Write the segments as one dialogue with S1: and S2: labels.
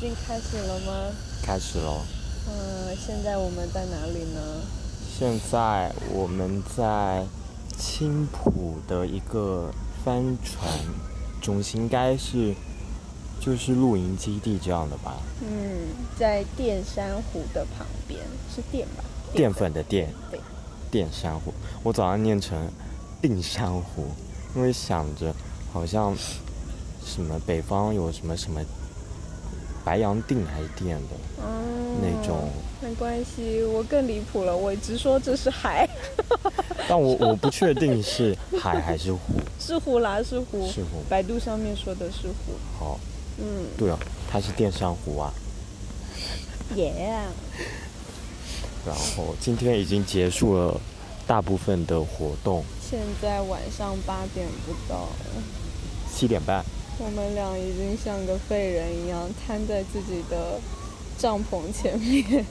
S1: 经开始了吗？
S2: 开始喽。
S1: 嗯，现在我们在哪里呢？
S2: 现在我们在青浦的一个帆船中心，应该是就是露营基地这样的吧？
S1: 嗯，在淀山湖的旁边，是淀吧？
S2: 淀粉的淀，
S1: 对，
S2: 淀山湖。我早上念成定山湖，因为想着好像什么北方有什么什么白洋锭还是淀的
S1: 哦，
S2: 那种。
S1: 没关系，我更离谱了，我直说这是海，
S2: 但我我不确定是海还是湖，
S1: 是湖啦，是湖。
S2: 是湖。
S1: 百度上面说的是湖。
S2: 好，
S1: 嗯，
S2: 对哦，它是淀山湖啊。
S1: 耶、
S2: 然后今天已经结束了大部分的活动，
S1: 现在晚上八点不到，
S2: 七点半，
S1: 我们俩已经像个废人一样瘫在自己的帐篷前面。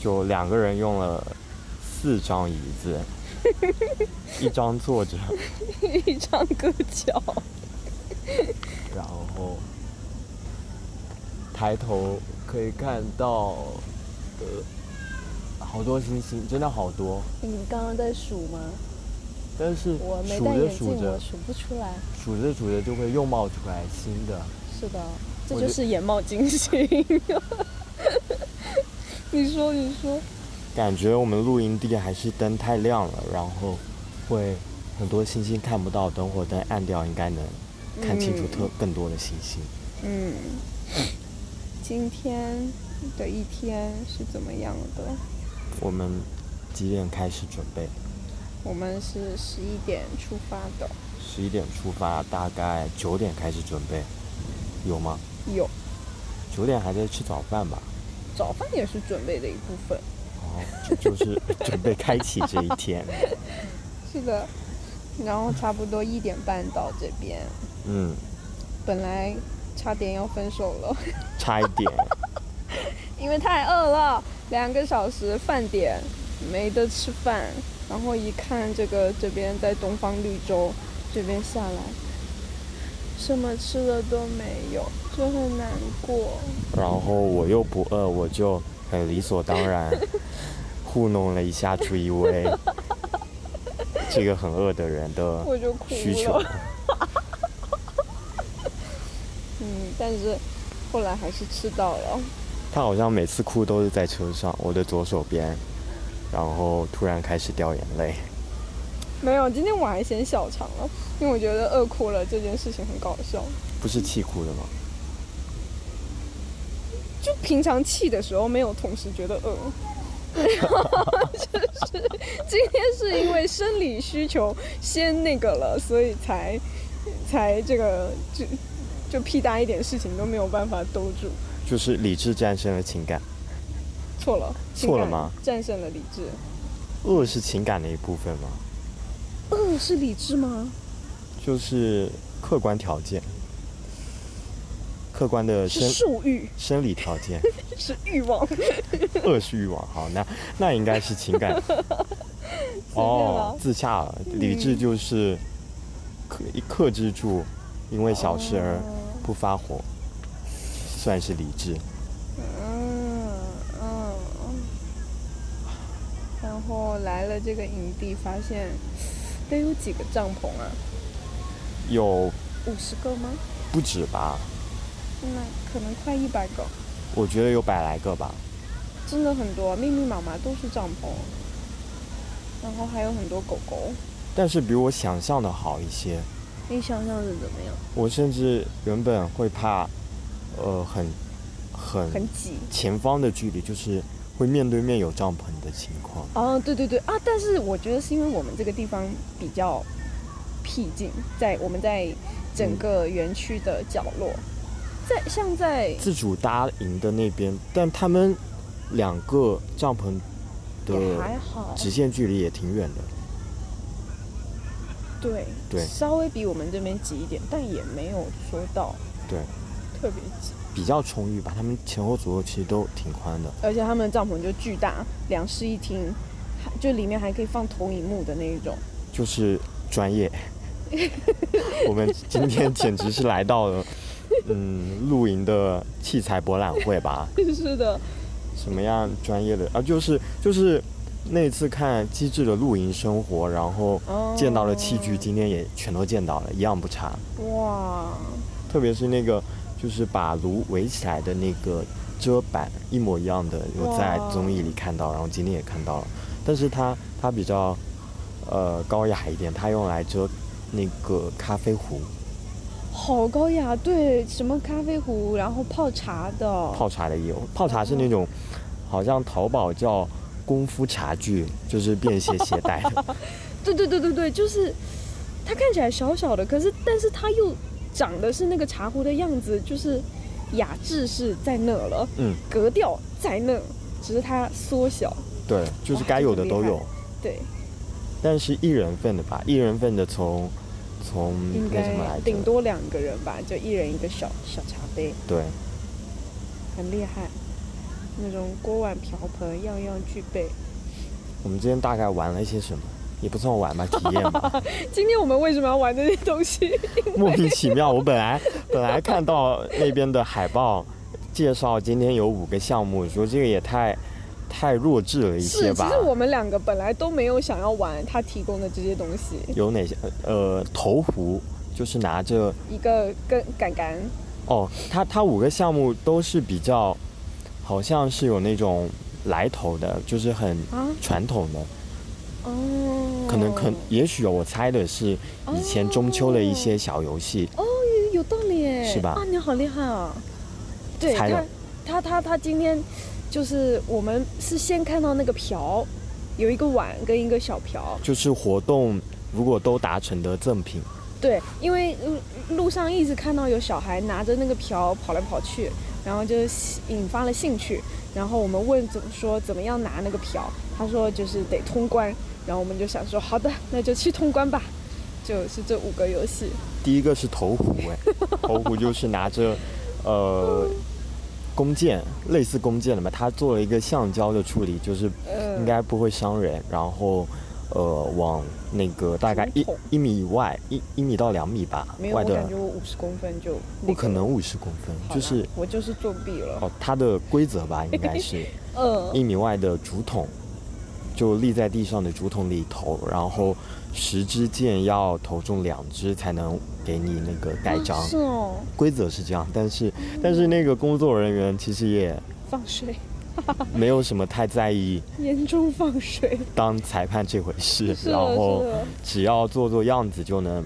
S2: 就两个人用了四张椅 子，一张坐着，
S1: 一张搁脚，
S2: 然后抬头可以看到呃好多星星，真的好多，
S1: 你刚刚在数吗？
S2: 但是
S1: 我没
S2: 数
S1: 戴
S2: 着
S1: 眼
S2: 数
S1: 镜，我
S2: 着
S1: 数不出来。
S2: 数着数着就会又冒出来新的。
S1: 是的，这
S2: 我
S1: 就
S2: 觉
S1: 是眼冒金星。 你说，你说，
S2: 感觉我们露营地还是灯太亮了，然后会很多星星看不到，等会儿灯暗掉应该能看清楚特更多的星星。
S1: 嗯，今天的一天是怎么样的？
S2: 我们几点开始准备？
S1: 我们是十一点出发的，
S2: 十一点出发，大概九点开始准备，有吗？
S1: 有
S2: 九点还在吃早饭吧？
S1: 早饭也是准备的一部分。
S2: 哦，这就是 准备开启这一天。
S1: 是的，然后差不多一点半到这边，
S2: 嗯，
S1: 本来差点要分手了。
S2: 差一点，
S1: 因为太饿了，两个小时饭点没得吃饭，然后一看这个这边在东方绿洲这边下来，什么吃的都没有，就很难过。
S2: 然后我又不饿，我就很理所当 然糊弄了一下朱一威，这个很饿的人的
S1: 我就哭
S2: 需求
S1: 了。。嗯，但是后来还是吃到了。
S2: 他好像每次哭都是在车上，我的左手边，然后突然开始掉眼泪。
S1: 没有，今天我还嫌小肠了，因为我觉得饿哭了这件事情很搞笑。
S2: 不是气哭的吗？
S1: 就平常气的时候没有同时觉得饿，就是今天是因为生理需求先那个了，所以才才这个就就屁大一点事情都没有办法兜住，
S2: 就是理智战胜了情感，
S1: 错了，情
S2: 错了
S1: 感
S2: 吗？
S1: 战胜了理 智，
S2: 饿是情感的一部分吗？
S1: 饿是理智吗？
S2: 就是客观条件，客观的
S1: 是
S2: 生
S1: 兽欲，
S2: 生理条件，
S1: 是欲望，随
S2: 饿是欲望。好，那那应该是情感
S1: 便
S2: 哦
S1: 了，。
S2: 自洽了。理智就是克克制住，因为小事而不发火，算是理智。
S1: 嗯嗯，然后来了这个营地，发现得有几个帐篷啊？
S2: 有
S1: 五十个吗？
S2: 不止吧，
S1: 那可能快一百个，
S2: 我觉得有百来个吧。
S1: 真的很多，密密麻麻都是帐篷，然后还有很多狗狗。
S2: 但是比我想象的好一些。
S1: 你想象的怎么样？
S2: 我甚至原本会怕，呃，很很
S1: 很挤。
S2: 前方的距离，就是会面对面有帐篷的情况。
S1: 哦，对对对啊！但是我觉得是因为我们这个地方比较僻静，在我们在整个园区的角落，在像在
S2: 自主搭营的那边，但他们两个帐篷
S1: 也
S2: 的
S1: 还好，
S2: 直线距离也挺远的。
S1: 对
S2: 对
S1: 稍微比我们这边挤一点，但也没有说到
S2: 对
S1: 特别挤，
S2: 比较充裕吧，他们前后左右其实都挺宽的。
S1: 而且他们的帐篷就巨大，两室一厅，还就里面还可以放投影幕的那一种。
S2: 就是专业。我们今天简直是来到了嗯露营的器材博览会吧？
S1: 是的，
S2: 什么样专业的啊？就是就是那次看《机智的露营生活》，然后
S1: 哦
S2: 见到了器具，今天也全都见到了，一样不差。
S1: 哇，
S2: 特别是那个就是把炉围起来的那个遮板一模一样的，我在
S1: 哇
S2: 综艺里看到，然后今天也看到了，但是它它比较呃高雅一点，它用来遮那个咖啡壶
S1: 好高雅！对，什么咖啡壶，然后泡茶的，
S2: 泡茶的也有，泡茶是那种好像淘宝叫功夫茶具，就是便携携带 的，
S1: 对对对对对，就是它看起来小小的，可是但是它又长得是那个茶壶的样子，就是雅致是在那了，
S2: 嗯，
S1: 格调在那，只是它缩小。
S2: 对，就是
S1: 哇
S2: 该
S1: 这
S2: 有
S1: 个
S2: 的
S1: 厉
S2: 都
S1: 害
S2: 有，
S1: 对，
S2: 但是一人份的吧，一人份的从从
S1: 应
S2: 那什么
S1: 该
S2: 来
S1: 顶
S2: 着？
S1: 多两个人吧，就一人一个小小茶杯，
S2: 对，
S1: 很厉害。那种锅碗瓢盆样样具备。
S2: 我们今天大概玩了一些什么？也不算玩吧，体验吧。
S1: 今天我们为什么要玩这些东西？
S2: 莫名其妙，我本来 本来看到那边的海报介绍，今天有五个项目，说这个也太太弱智了一些
S1: 是，其
S2: 吧
S1: 实。我们两个本来都没有想要玩他提供的这些东西，
S2: 有哪些？呃，投壶就是拿着
S1: 一个跟杆杆，
S2: 哦，它它五个项目都是比较，好像是有那种来头的，就是很
S1: 啊
S2: 传统的，
S1: 哦，
S2: 可能可也许有我猜的是以前中秋的一些小游戏，
S1: 哦，有有道理耶，
S2: 是吧
S1: 啊，你好厉害啊！对
S2: 猜
S1: 他
S2: 的，
S1: 他他他今天就是我们是先看到那个瓢，有一个碗跟一个小瓢，
S2: 就是活动如果都达成的赠品。
S1: 对，因为路路上一直看到有小孩拿着那个瓢跑来跑去，然后就吸引发了兴趣。然后我们问怎么说怎么样拿那个瓢，他说就是得通关。然后我们就想说好的，那就去通关吧。就是这五个游戏，
S2: 第一个是投壶， 哎，投壶就是拿着，呃，弓箭，类似弓箭的嘛，它做了一个橡胶的处理，就是
S1: 呃，
S2: 应该不会伤人，然后，呃，往那个大概一
S1: 竹筒
S2: 一米以外，一一米到两米吧
S1: 没有，
S2: 外
S1: 我感
S2: 的
S1: 觉，我五十公分就
S2: 不可能
S1: 那个了，
S2: 五十公分，
S1: 好
S2: 就
S1: 啦
S2: 是
S1: 我就是作弊了。
S2: 哦，它的规则 吧，应该是
S1: 嗯，
S2: 哦一米外的竹筒，就立在地上的竹筒里投，然后十支箭要投中两支才能给你那个盖章。
S1: 啊是哦，
S2: 规则是这样，但是但是那个工作人员其实也
S1: 放水，
S2: 没有什么太在意
S1: 严重放水。
S2: 当裁判这回 事，
S1: 是
S2: 然
S1: 的，
S2: 后
S1: 是的，
S2: 只要做做样子就能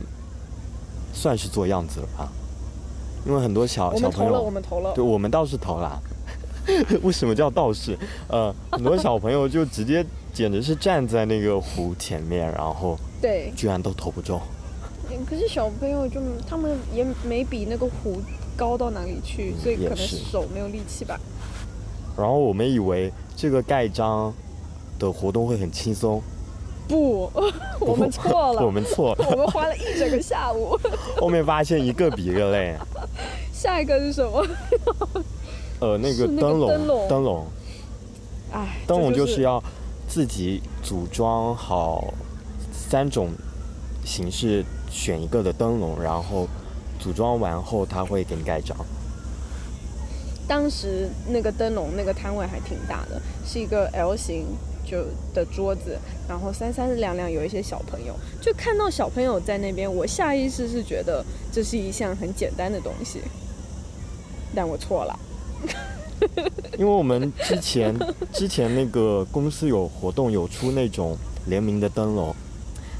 S2: 算是做样子了吧。因为很多小
S1: 我
S2: 小
S1: 们
S2: 朋
S1: 投了，我
S2: 友，
S1: 们投了
S2: 对。我们倒是投啦。 为什么叫道士？呃，很多小朋友就直接简直是站在那个湖前面，然后
S1: 对，
S2: 居然都投不中。
S1: 嗯可是小朋友就他们也没比那个湖高到哪里去，
S2: 嗯
S1: 所以可
S2: 也
S1: 能
S2: 是
S1: 手没有力气吧。
S2: 然后我们以为这个盖章的活动会很轻松，
S1: 不， 我们 错了，
S2: 我们错了。
S1: 我们花了一整个下午。
S2: 后面发现一个比一 个累。
S1: 下一个是什么？
S2: 呃，那个
S1: 是那个
S2: 灯笼，
S1: 灯笼
S2: 灯笼，
S1: 哎，
S2: 灯笼
S1: 这
S2: 就是是要自己组装好三种形式，选一个的灯笼，然后组装完后，它会给你盖章。
S1: 当时那个灯笼那个摊位还挺大的，是一个 L 型就的桌子，然后三三两两有一些小朋友，就看到小朋友在那边，我下意识是觉得这是一项很简单的东西，但我错了。
S2: 因为我们之 前之前那个公司有活动，有出那种联名的灯笼，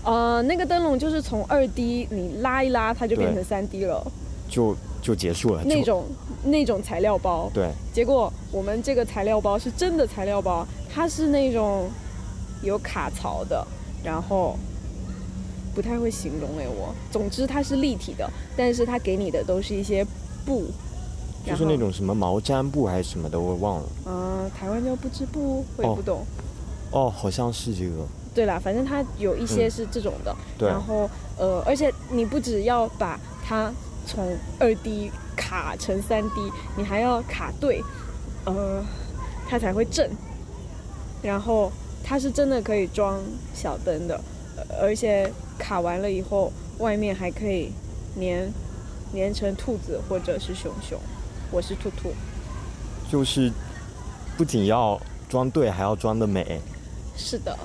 S1: 呃，那个灯笼就是从二 D 你拉一拉，它就变
S2: 对
S1: 成三 D 了，
S2: 就就结束了。
S1: 那
S2: 就
S1: 种那种材料包。
S2: 对，
S1: 结果我们这个材料包是真的材料包，它是那种有卡槽的，然后不太会形容哎我，总之它是立体的，但是它给你的都是一些布，
S2: 就
S1: 然
S2: 是
S1: 后
S2: 那种什么毛毡布还是什么的，我忘了。
S1: 嗯、台湾叫布织布，我也
S2: 哦
S1: 不懂。
S2: 哦，好像是这个。
S1: 对啦，反正它有一些
S2: 嗯
S1: 是这种的，
S2: 对
S1: 然后呃，而且你不只要把它从二 D 卡成三 D，你还要卡对，呃，它才会正。然后它是真的可以装小灯的，呃而且卡完了以后，外面还可以粘连成兔子或者是熊熊。我是兔兔，
S2: 就是不仅要装对，还要装的美。
S1: 是的，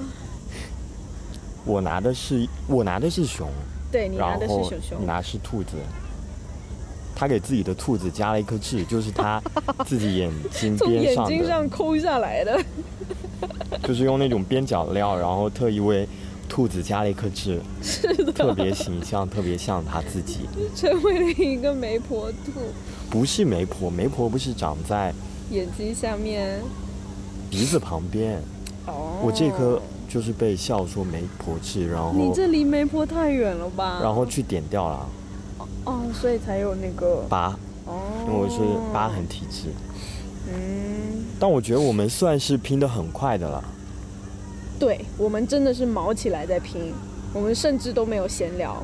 S2: 我拿的是我拿的是熊，
S1: 对你拿
S2: 然
S1: 的是
S2: 后
S1: 熊
S2: 你
S1: 熊，
S2: 拿是兔子。他给自己的兔子加了一颗痣，就 是他自己眼睛
S1: 从
S2: 边
S1: 眼
S2: 上
S1: 睛
S2: 的，
S1: 上抠下来的。
S2: 就是用那种边角料，然后特意为兔子加了一颗痣，特别形象，特别像他自己。
S1: 成为了一个媒婆兔，
S2: 不是媒婆，媒婆不是长在
S1: 眼睛下面。
S2: 鼻子旁边。
S1: 哦，
S2: 我这颗就是被笑说媒婆痣，然
S1: 你
S2: 后
S1: 这离媒婆太远了吧？
S2: 然后去点掉了
S1: 哦，所以才有那个
S2: 疤，
S1: 哦，
S2: 因为我是疤痕体质。
S1: 嗯，
S2: 但我觉得我们算是拼得很快的了。
S1: 对我们真的是毛起来在拼，我们甚至都没有闲聊。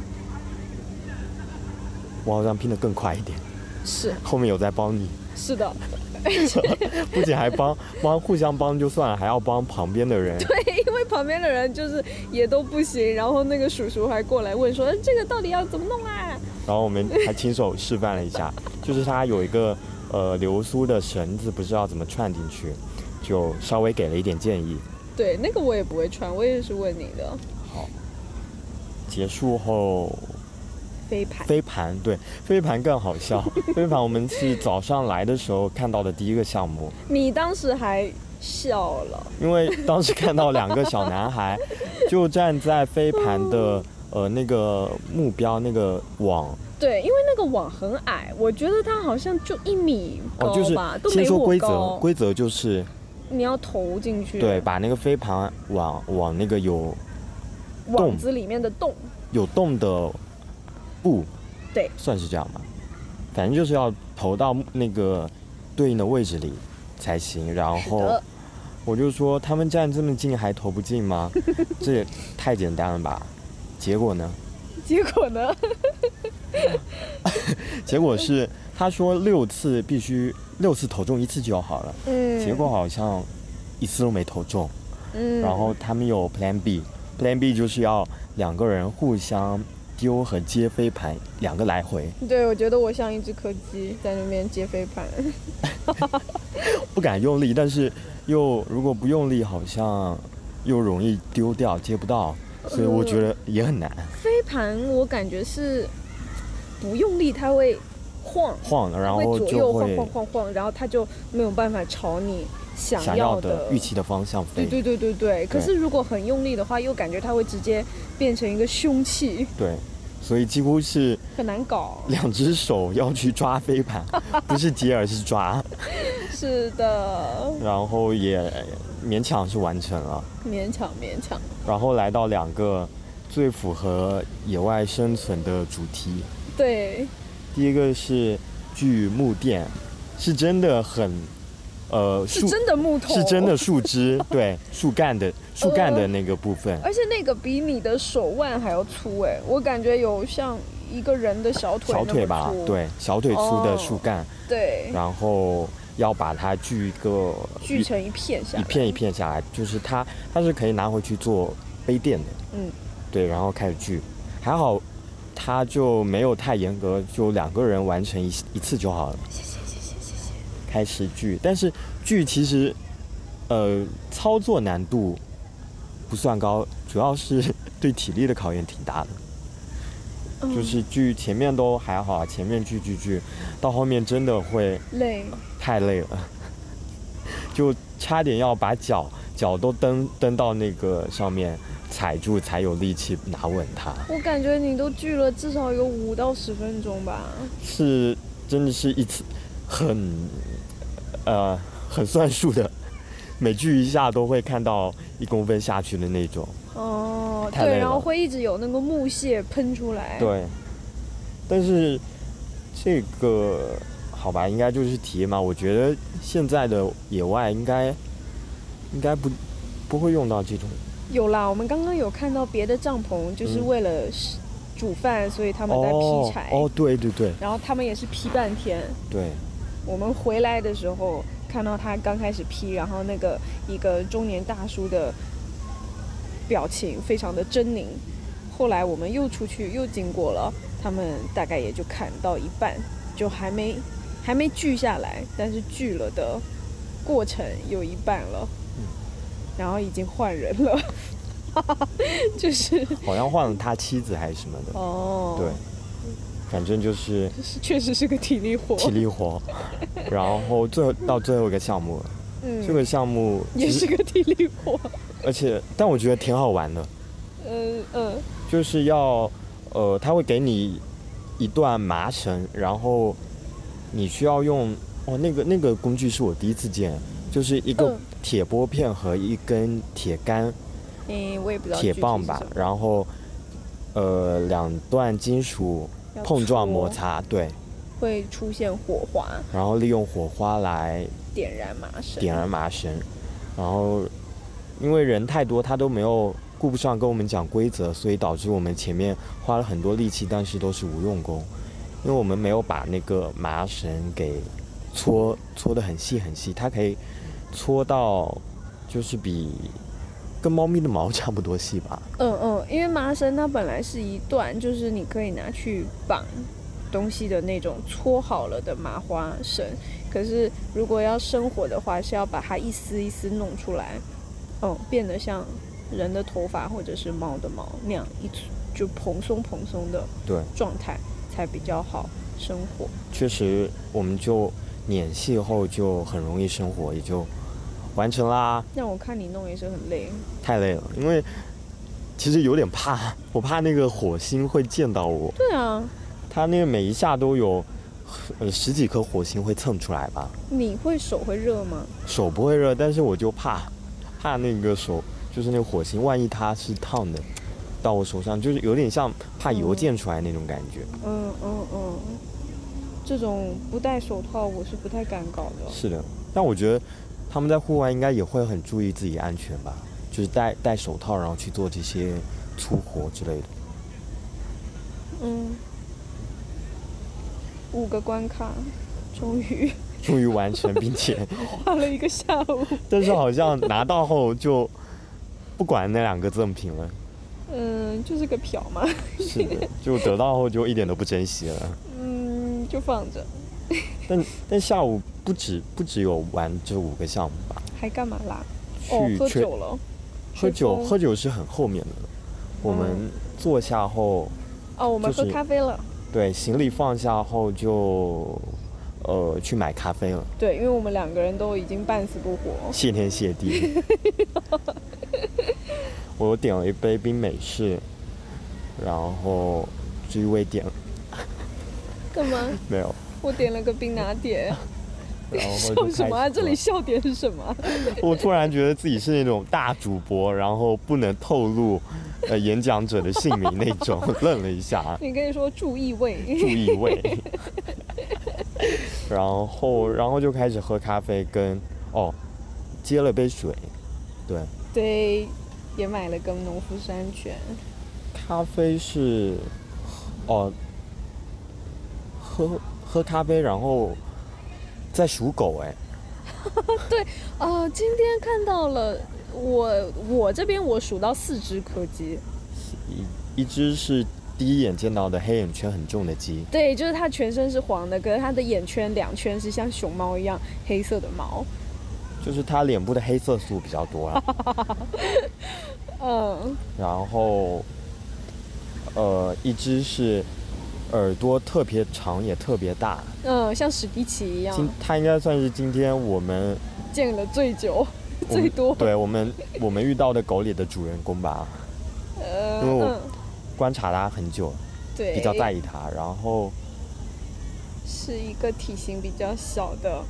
S2: 我好像拼得更快一点，
S1: 是
S2: 后面有在帮你，
S1: 是 的，
S2: 不仅还帮帮互相帮就算了，还要帮旁边的人。
S1: 对，因为旁边的人就是也都不行，然后那个叔叔还过来问说哎这个到底要怎么弄啊？
S2: 然后我们还亲手示范了一下，就是它有一个呃流苏的绳子，不知道怎么串进去，就稍微给了一点建议。
S1: 对，那个我也不会穿，我也是问你的
S2: 结束后，
S1: 飞盘。
S2: 飞盘对飞盘更好笑。飞盘我们是早上来的时候看到的第一个项目，
S1: 你当时还笑了，
S2: 因为当时看到两个小男孩就站在飞盘的呃那个目标那个网
S1: 对，因为那个网很矮，我觉得它好像就一米高
S2: 哦，就是
S1: 吧，都
S2: 先
S1: 没
S2: 说
S1: 我
S2: 规则，
S1: 高。
S2: 规则就是
S1: 你要投进去，
S2: 对，把那个飞盘往往那个有
S1: 网
S2: 洞
S1: 子里面的洞，
S2: 有洞的布，
S1: 对，
S2: 算是这样吧。反正就是要投到那个对应的位置里才行。然
S1: 是
S2: 后
S1: 的，
S2: 我就说他们站这么近还投不进 吗？这也太简单了吧？结果呢？
S1: 结果呢？
S2: 结果是他说六次必须六次投中一次就好了，
S1: 嗯，
S2: 结果好像一次都没投中。
S1: 嗯，
S2: 然后他们有 Plan B，Plan B 就是要两个人互相丢和接飞盘，两个来回，
S1: 对我觉得我像一只柯基在那边接飞盘，
S2: 不敢用力，但是又如果不用力，好像又容易丢掉，接不到，所以我觉得也很难
S1: 飞盘我感觉是不用力它会晃，
S2: 晃，然
S1: 会
S2: 后
S1: 左
S2: 就
S1: 右晃
S2: 会
S1: 晃晃晃，然后它就没有办法朝你想
S2: 想
S1: 要
S2: 要的预期的方向
S1: 对
S2: 飞。
S1: 对对对对，可
S2: 对
S1: 是如果很用力的话，又感觉它会直接变成一个凶器，
S2: 对，所以几乎是。
S1: 很难搞
S2: 两只手要去抓 飞盘，不是接而是抓，
S1: 是的，
S2: 然后也勉强是完成了。
S1: 勉强勉强。
S2: 然后来到两个最符合野外生存的主题，
S1: 对，
S2: 第一个是锯木店，是真的很，呃，
S1: 是
S2: 树
S1: 真的木头，
S2: 是真的。树枝，对，树干的树干的那个部分，
S1: 而且那个比你的手腕还要粗哎、我感觉有像一个人的小呃腿
S2: 小
S1: 那
S2: 腿
S1: 么
S2: 吧
S1: 粗，
S2: 对，小腿粗的
S1: 哦
S2: 树干，
S1: 对，
S2: 然后要把它锯一个
S1: 锯成一片下
S2: 一
S1: 来，
S2: 片一片下来，就是它它是可以拿回去做杯垫的，
S1: 嗯，
S2: 对，然后开始锯，还好它就没有太严格，就两个人完成一一次就好了，
S1: 谢谢谢谢谢谢。
S2: 开始锯，但是锯其实呃操作难度不算高，主要是 对体力的考验挺大的。
S1: 嗯
S2: 就是锯前面都还好，啊前面锯锯锯，到后面真的会
S1: 嗯累，
S2: 太累了， 就差点要把脚脚都蹬蹬到那个上面踩住，才有力气拿稳它。
S1: 我感觉你都锯了至少有五到十分钟吧。
S2: 是真的是一次很呃很算数的，每锯一下都会看到一公分下去的那种。
S1: 哦，
S2: 太
S1: 对，
S2: 累
S1: 然后
S2: 了
S1: 会一直有那个木屑喷出来。，
S2: 对，但是这个好吧，应该就是体验嘛。我觉得现在的野外应该应该不不会用到这种
S1: 有啦，我们刚刚有看到别的帐篷，就是
S2: 嗯
S1: 为了是煮饭，所以他们在劈柴，
S2: 哦哦，对对对
S1: 然后他们也是劈半天。
S2: 对，
S1: 我们回来的时候看到他刚开始劈，然后那个一个中年大叔的表情非常的狰狞。后来我们又出去，又经过了，他他们大概也就砍到一半，就还没还没锯下来，但是锯了的过程有一半了，然后已经换人了， 就是
S2: 好像换了他妻子还是什么的，
S1: 哦，
S2: 对，，反正就是
S1: 是确实是个体力活，
S2: 体力活。 然后最后到最后一个项目，这
S1: 嗯，
S2: 个项目
S1: 也
S2: 其实
S1: 是个体力活，
S2: 而且但我觉得挺好玩的，
S1: 嗯嗯
S2: 就是要呃，他会给你一段麻绳，然后你需要用哦，那个那个工具是我第一次见，就是一个
S1: 嗯
S2: 铁拨片和一根铁杆、
S1: 嗯，我也不知道
S2: 铁棒吧，然后呃两段金属碰撞摩擦，对，
S1: 会出现火花，
S2: 然后利用火花来
S1: 点燃麻绳，
S2: 点燃麻绳，然后因为人太多，他都没有顾不上跟我们讲规则，所以导致我们前面花了很多力气，但是都是无用功，因为我们没有把那个麻绳给搓搓得很细很细，它可以搓到就是比跟猫咪的毛差不多细吧，
S1: 嗯嗯，因为麻绳它本来是一段，就是你可以拿去绑东西的那种搓好了的麻花绳，可是如果要生火的话，是要把它一丝一丝弄出来，嗯，变得像人的头发或者是猫的毛那样一撮就蓬松蓬松的
S2: 对，
S1: 状态才比较好生火。
S2: 确实我们就碾细后就很容易生火，也就完成啦。
S1: 但我看你弄也是很累，
S2: 太累了，因为其实有点怕， 我怕那个火星会溅到我。
S1: 对啊，
S2: 它那个每一下都有呃十几颗火星会蹭出来吧，
S1: 你会手会热吗？
S2: 手不会热，但是我就怕怕那个手就是那个火星，万一它是烫的到我手上，就是有点像怕油溅出来那种感觉。
S1: 嗯嗯嗯，这种不戴手套我是不太敢搞的。
S2: 是的，但我觉得他们在户外应该也会很注意自己安全吧，就是戴戴手套，然后去做这些粗活之类的。
S1: 嗯，五个关卡，终 于
S2: 终于完成，并且
S1: 花了一个下午。
S2: 但是好像拿到后就 不管那两个赠品了，
S1: 嗯，就是个瓢嘛，
S2: 是 的，就得到后就一点都不珍惜了。
S1: 嗯，就放着，
S2: 但但下午不止不只有玩这五个项目吧，
S1: 还干嘛啦？哦，
S2: 去
S1: 喝
S2: 吹
S1: 酒了。
S2: 喝
S1: 吹
S2: 酒
S1: 风
S2: 喝酒是很后面的，我们坐下后，
S1: 哦，我们
S2: 就
S1: 喝
S2: 是
S1: 咖啡了。
S2: 对，行李放下后就。呃，去买咖啡了，
S1: 对，因为我们两个人都已经半死不活。
S2: 谢天 谢地。我点了一杯冰美式，然后至于未点
S1: 干嘛？
S2: 没有，
S1: 我点了个冰拿铁。
S2: 然后就
S1: 笑什么啊？
S2: 开始
S1: 这里
S2: 了
S1: 笑点是什么啊？
S2: 我突然觉得自己是那种大主播，然后不能透露呃演讲者的姓名那种，愣了 一下，
S1: 你可以说注意味。
S2: 注意位。然后，然后就开始喝咖啡跟，哦，接了杯水，对，
S1: 对，也买了个农夫山泉。
S2: 咖啡是，哦，喝喝咖啡，然后在数狗，哎，
S1: 哦，今天看到了，我我这边我数到四只柯基，
S2: 一一只是第一眼见到的黑眼圈很重的鸡，
S1: 对，就是它全身是黄的，可是它的眼圈两圈是像熊猫一样黑色的毛，
S2: 就是它脸部的黑色素比较多啊。
S1: 嗯，
S2: 然后，呃，一只是耳朵特别长也特别大，
S1: 嗯，像史迪奇一
S2: 今
S1: 样，
S2: 它应该算是今天我 们
S1: 见了最久
S2: 我们
S1: 最多，
S2: 对我们我们遇到的狗里的主人公吧，
S1: 呃，
S2: 因为我
S1: 嗯，
S2: 观察它很久，
S1: 对，
S2: 比较在意它，然后
S1: 是一个体型比较小的，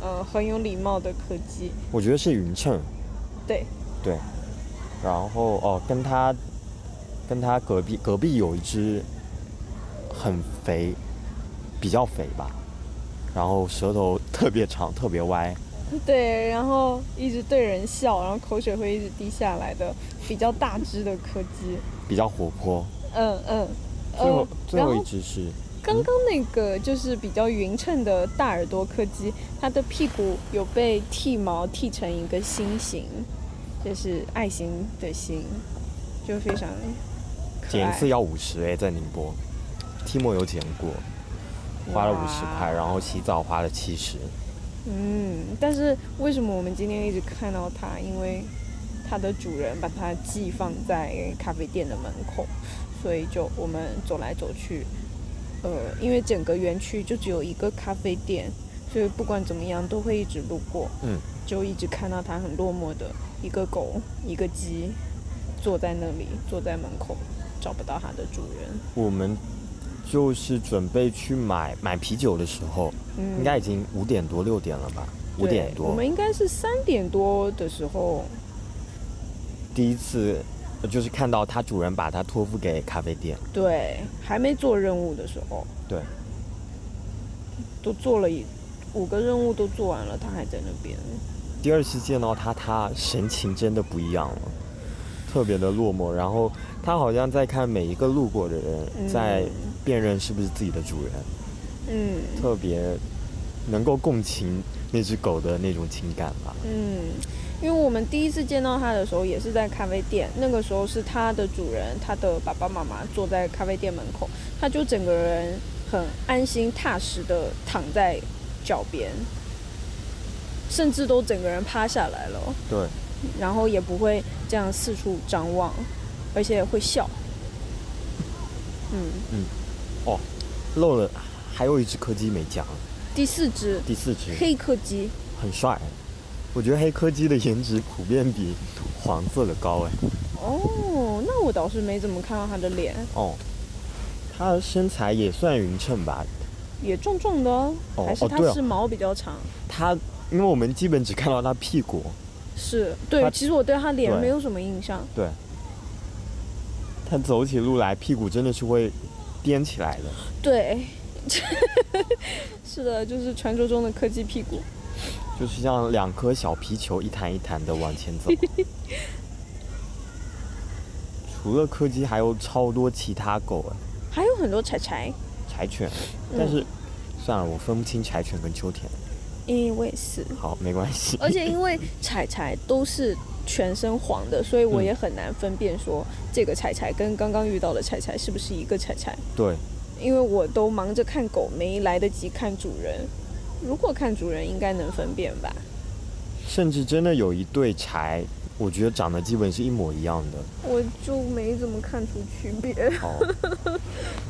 S1: 呃，很有礼貌的柯基，
S2: 我觉得是匀称，
S1: 对，
S2: 对，然后哦，跟它跟它隔壁隔壁有一只很肥，比较肥吧，然后舌头特别长特别歪。
S1: 对，然后一直对人笑，然后口水会一直滴下来的，比较大只的柯基，
S2: 比较活泼。
S1: 嗯嗯，
S2: 最后、
S1: 呃
S2: 最
S1: 然
S2: 后
S1: 后
S2: 一只是
S1: 刚刚那个就是比较匀称的大耳朵柯基，它的屁股有被剃毛剃成一个心形，就是爱心的心，就非常可
S2: 剪一
S1: 爱
S2: 次。要五十哎，在宁波，剃末油剪过，花了五十块，然后洗澡花了七十。
S1: 嗯，但是为什么我们今天一直看到它？因为它的主人把它寄放在咖啡店的门口，所以就我们走来走去。呃，因为整个园区就只有一个咖啡店，所以不管怎么样都会一直路过。
S2: 嗯，
S1: 就一直看到它很落寞的一个狗，一个鸡，坐在那里，坐在门口，找不到它的主人。
S2: 我们就是准备去买买啤酒的时候，
S1: 嗯，
S2: 应该已经五点多六点了吧？五
S1: 对
S2: 点
S1: 我
S2: 多
S1: 们，应该是三点多的时候，
S2: 第一次呃就是看到它主人把它托付给咖啡店。
S1: 对，还没做任务的时候，
S2: 对，
S1: 都做了一五个任务都做完了，它还在那边。
S2: 第二次见到他，他神情真的不一样了，特别的落寞。然后他好像在看每一个路过的人，
S1: 嗯
S2: 在辨认是不是自己的主人，
S1: 嗯
S2: 特别能够共情那只狗的那种情感吧。
S1: 嗯，因为我们第一次见到它的时候也是在咖啡店，那个时候是它的主人，它的爸爸妈妈坐在咖啡店门口，它就整个人很安心踏实的躺在脚边，甚至都整个人趴下来了。
S2: 对，
S1: 然后也不会这样四处张望，而且会笑。嗯，
S2: 漏了，还有一只柯基没讲，
S1: 第四只
S2: 第四只
S1: 黑柯基，
S2: 很帅。我觉得黑柯基的颜值普遍比黄色的高哎。
S1: 哦，那我倒是没怎么看到它的脸，
S2: 哦，它的身材也算匀称吧，
S1: 也壮壮的哦，
S2: 哦
S1: 还是
S2: 哦
S1: 它
S2: 对哦
S1: 是毛比较长？
S2: 它因为我们基本只看到它屁股，
S1: 是对，
S2: 它
S1: 其实我对它脸
S2: 对
S1: 没有什么印象。
S2: 对，他走起路来屁股真的是会颠起来的。
S1: 对， 是的，就是传说中的柯基屁股。
S2: 就是像两颗小皮球一弹一弹的往 前走。除了柯基，还有超多其他狗哎，
S1: 还有很多柴柴，
S2: 柴犬，
S1: 嗯
S2: 但是、算了，我分不清柴犬跟秋田。
S1: 因为我也是，
S2: 好，没关系。
S1: 而且因为彩彩都是全身黄的，所以我也很难分辨说这个彩彩跟刚刚遇到的彩彩是不是一个彩彩，
S2: 对，
S1: 因为我都忙着看狗，没来得及看主人。如果看主人，应该能分辨吧？
S2: 甚至真的有一对柴，我觉得长得基本是一模一样的。
S1: 我就没怎么看出区别。
S2: 哦，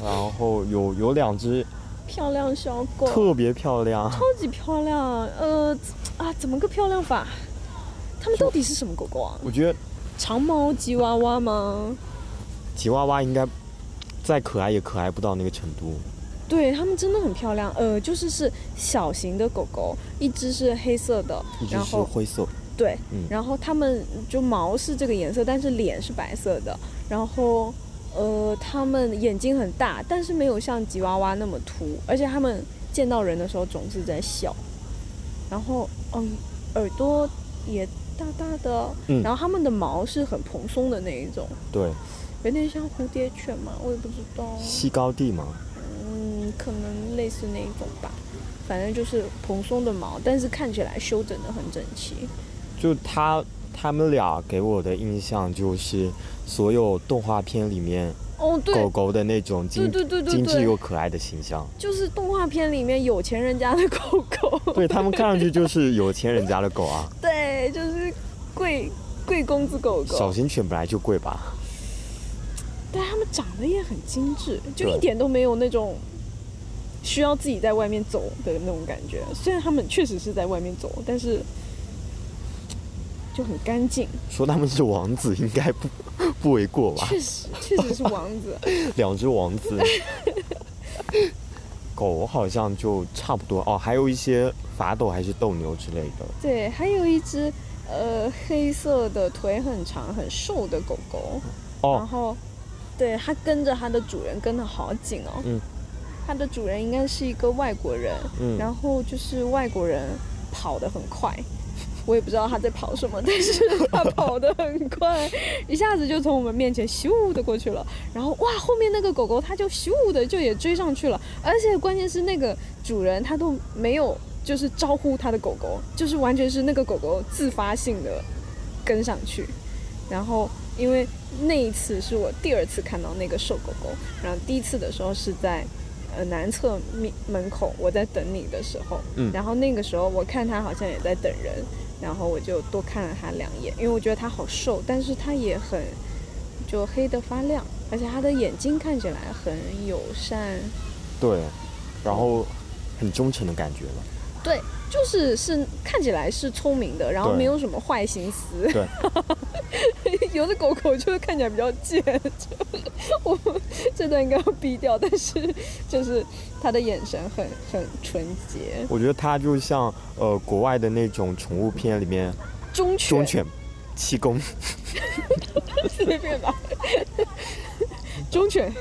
S2: 然后有有两只
S1: 漂亮小狗，超
S2: 特别漂亮，
S1: 级漂亮，呃啊，怎么个漂亮法？它们到底是什么狗狗啊？
S2: 我觉得
S1: 长毛吉娃娃吗？
S2: 吉娃娃应该再可爱也可爱不到那个程度。
S1: 对，它们真的很漂亮。呃，就是是小型的狗狗，一只是黑色的
S2: 一，只
S1: 然
S2: 是
S1: 后
S2: 灰色，
S1: 对，
S2: 嗯
S1: 然后它们就毛是这个颜色，但是脸是白色的。然后，呃，它们眼睛很大，但是没有像吉娃娃那么凸，而且它们见到人的时候总是在笑。然后，嗯，耳朵也大大的，
S2: 嗯
S1: 然后它们的毛是很蓬松的那一种，
S2: 对，
S1: 有点像蝴蝶犬嘛，我也不知道。
S2: 西高地嘛，
S1: 嗯，可能类似那一种吧，反正就是蓬松的毛，但是看起来修整的很整齐。
S2: 就他他们俩给我的印象就是所有动画片里面
S1: 哦，对，
S2: 狗狗的那种
S1: 对
S2: 精
S1: 对对对
S2: 精致又
S1: 对，
S2: 可爱的形象，
S1: 就是动画片里面有钱人家的狗狗，
S2: 对他们看上去就是有钱人家的狗啊。
S1: 对，就是贵贵公子狗
S2: 小
S1: 狗，
S2: 型犬本来就贵吧，
S1: 但它们长得也很精致，就
S2: 对
S1: 一点都没有那种需要自己在外面走的那种感觉。虽然它们确实是在外面走，但是就很干净，
S2: 说他们是王子应该不不为过 吧？
S1: 确实确实是王子。
S2: 两只王子。狗好像就差不多哦，还有一些法斗还是斗牛之类的，
S1: 对，还有一只呃黑色的腿很长很瘦的狗狗，然
S2: 哦，
S1: 后对它跟着它的主人跟得好紧哦。
S2: 嗯。
S1: 它的主人应该是一个外国人，
S2: 嗯，
S1: 然后就是外国人跑得很快。 我也不知道他在跑什么，但是 他跑得很快，一下子就从我们面前咻的过去了。然后哇，后面那个狗狗它就咻的就也追上去了，而且关键是那个主人他都没有就是招呼他的狗狗，就是完全是那个狗狗自发性的跟上去，然后因为那一次是我第二次看到那个瘦狗狗，然后第一次的时候是在。呃，南侧门门口，我在等你的时候，
S2: 嗯
S1: 然后那个时候我看他好像也在等人，然后我就多看了他两眼，因为我觉得他好瘦，但是他也很就黑的发亮，而且他的眼睛看起来很友善，
S2: 对，然后很忠诚的感觉了。
S1: 对，就是是看起来是聪明的，然后
S2: 对
S1: 没有什么坏心思。
S2: 对，
S1: 有的狗狗就是看起来比较贱，就 我这段应该要逼掉，但是就是它的眼神很很纯洁，
S2: 我觉得它就像呃国外的那种宠物片里面
S1: 忠犬，
S2: 忠犬七公，
S1: 随便 吧，忠犬，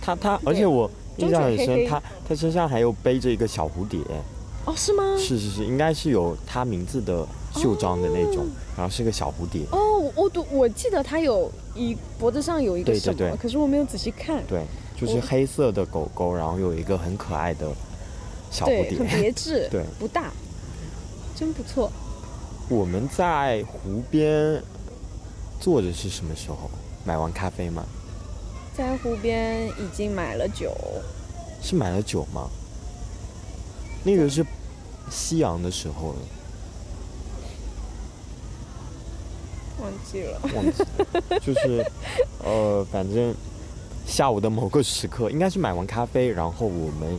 S2: 它它，
S1: 对
S2: 而且我印象很
S1: 忠犬黑
S2: 深，
S1: 黑
S2: 它它身上还有背着一个小蝴蝶，
S1: 哦，是吗？
S2: 是是是，应该是有它名字的袖章的那种，然后是个小蝴蝶，
S1: 哦，我我我记得它有一脖子上有一个
S2: 对对
S1: 什么，
S2: 对
S1: 可是我没有仔细看，
S2: 对，就是
S1: 我
S2: 黑色的狗狗，然后有一个很可爱的小蝴
S1: 对，很
S2: 蝶。
S1: 别致，
S2: 对，
S1: 不大，真不错。
S2: 我们在湖边坐着是什么时候？买完咖啡吗？
S1: 在湖边已经买了酒，
S2: 是买了酒吗？那个是夕阳的时候了，
S1: 忘记了。
S2: 忘记 了，就是呃，反正下午的某个时刻，应该是买完咖啡，然后我们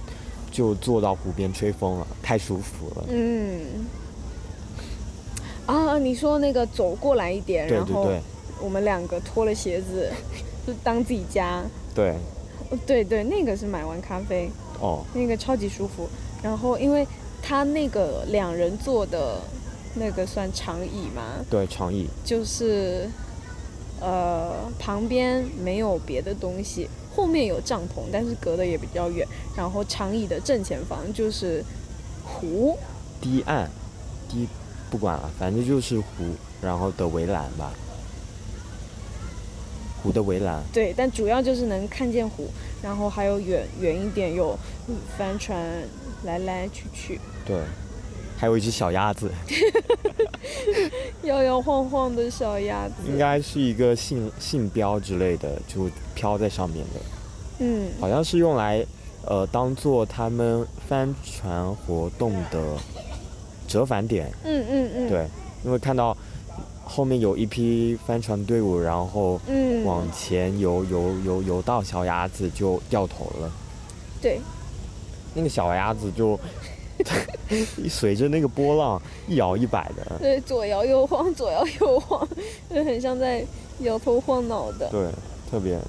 S2: 就坐到湖边吹风了，太舒服了。
S1: 嗯。啊，你说那个走过来一点，
S2: 对对
S1: 哎
S2: 对
S1: 然后我们两个脱了鞋子，就当自己家。
S2: 对，
S1: 哦对对，那个是买完咖啡，
S2: 哦，
S1: 那个超级舒服。然后因为他那个两人坐的那个算长椅嘛，
S2: 对，长椅，
S1: 就是呃旁边没有别的东西，后面有帐篷，但是隔得也比较远。然后长椅的正前方就是湖，
S2: 堤岸，堤不管了，反正就是湖，然后的围栏吧，湖的围栏，
S1: 对，但主要就是能看见湖，然后还有远远一点有嗯帆船来来去去，
S2: 对，还有一只小鸭子，
S1: 摇摇晃晃的小鸭
S2: 应
S1: 子。
S2: 该是一个信信标之类的，就飘在上面的，
S1: 嗯，
S2: 好像是用来呃当做他们帆船活动的折返点，
S1: 嗯嗯嗯，，
S2: 对，因为看到后面有一批帆船队伍，然后
S1: 嗯，
S2: 往前游游游游到小鸭子就掉头了。
S1: 对，
S2: 那个小鸭 子就随着那个波浪一摇一摆的，
S1: 对，左摇右晃，左摇右晃，就很像在摇头晃脑的。
S2: 对，特别。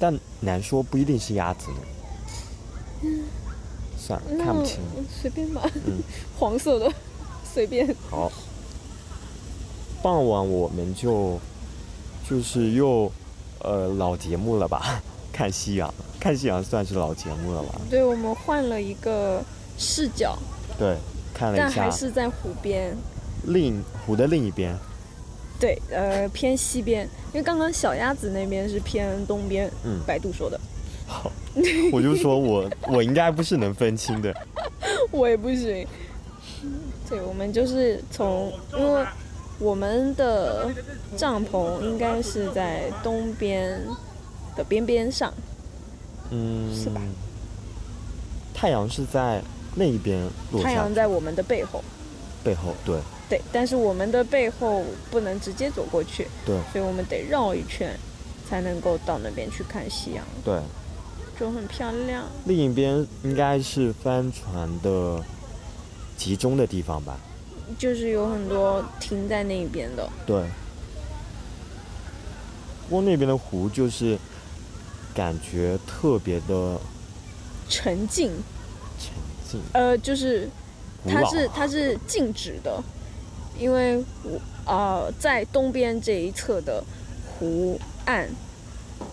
S2: 但难说不一定是鸭子呢。算了，
S1: 那
S2: 看不清。
S1: 随便吧，
S2: 嗯
S1: 黄色的随便。
S2: 好，傍晚我们就就是又呃老节目了吧，看夕阳，看夕阳算是老节目了吧？
S1: 对，我们换了一个视角，
S2: 对，看了
S1: 但
S2: 一
S1: 还
S2: 下
S1: 是在湖边。
S2: 另湖的另一边，
S1: 对，呃，偏西边，因为刚刚小鸭子那边是偏东边。
S2: 嗯
S1: 百度说的，
S2: 我就说我我应该不是能分清的，
S1: 我也不行。对，我们就是从，因为我们的帐篷应该是在东边的边边上，
S2: 嗯，
S1: 是吧？
S2: 太阳是在那一边落
S1: 太
S2: 下
S1: 阳在我们的背后。
S2: 背后，对
S1: 对，但是我们的背后不能直接走过去，
S2: 对
S1: 所以我们得绕一圈，才能够到那边去看夕阳，
S2: 对，
S1: 就很漂亮。
S2: 另一边应该是帆船的集中的地方吧？
S1: 就是有很多停在那边的，
S2: 对。不过那边的湖就是感觉特别的
S1: 沉静，
S2: 沉静、
S1: 呃，就是
S2: 古
S1: 它
S2: 老，啊
S1: 是它是静止的，因为我呃在东边这一侧的湖岸，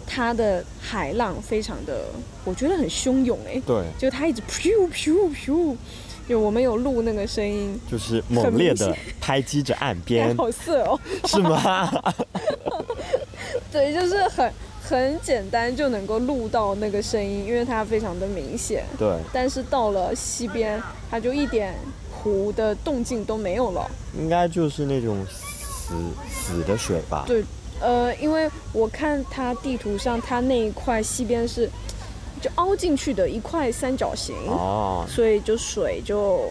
S1: 它的海浪非常的，我觉得很汹涌哎、
S2: 对，
S1: 就它一直噗噗噗，就我们有录那个声音，
S2: 就是猛烈
S1: 很
S2: 的拍击着岸
S1: 哎
S2: 边，
S1: 好色哦。
S2: 是吗？
S1: 对，就是很很简单就能够录到那个声音，因为它非常的明显。
S2: 对，
S1: 但是到了西边，它就一点湖的动静都没有了。
S2: 应该就是那种死死的水吧？
S1: 对，呃，因为我看它地图上，它那一块西边是就凹进去的一块三角形，
S2: 哦，
S1: 所以就水就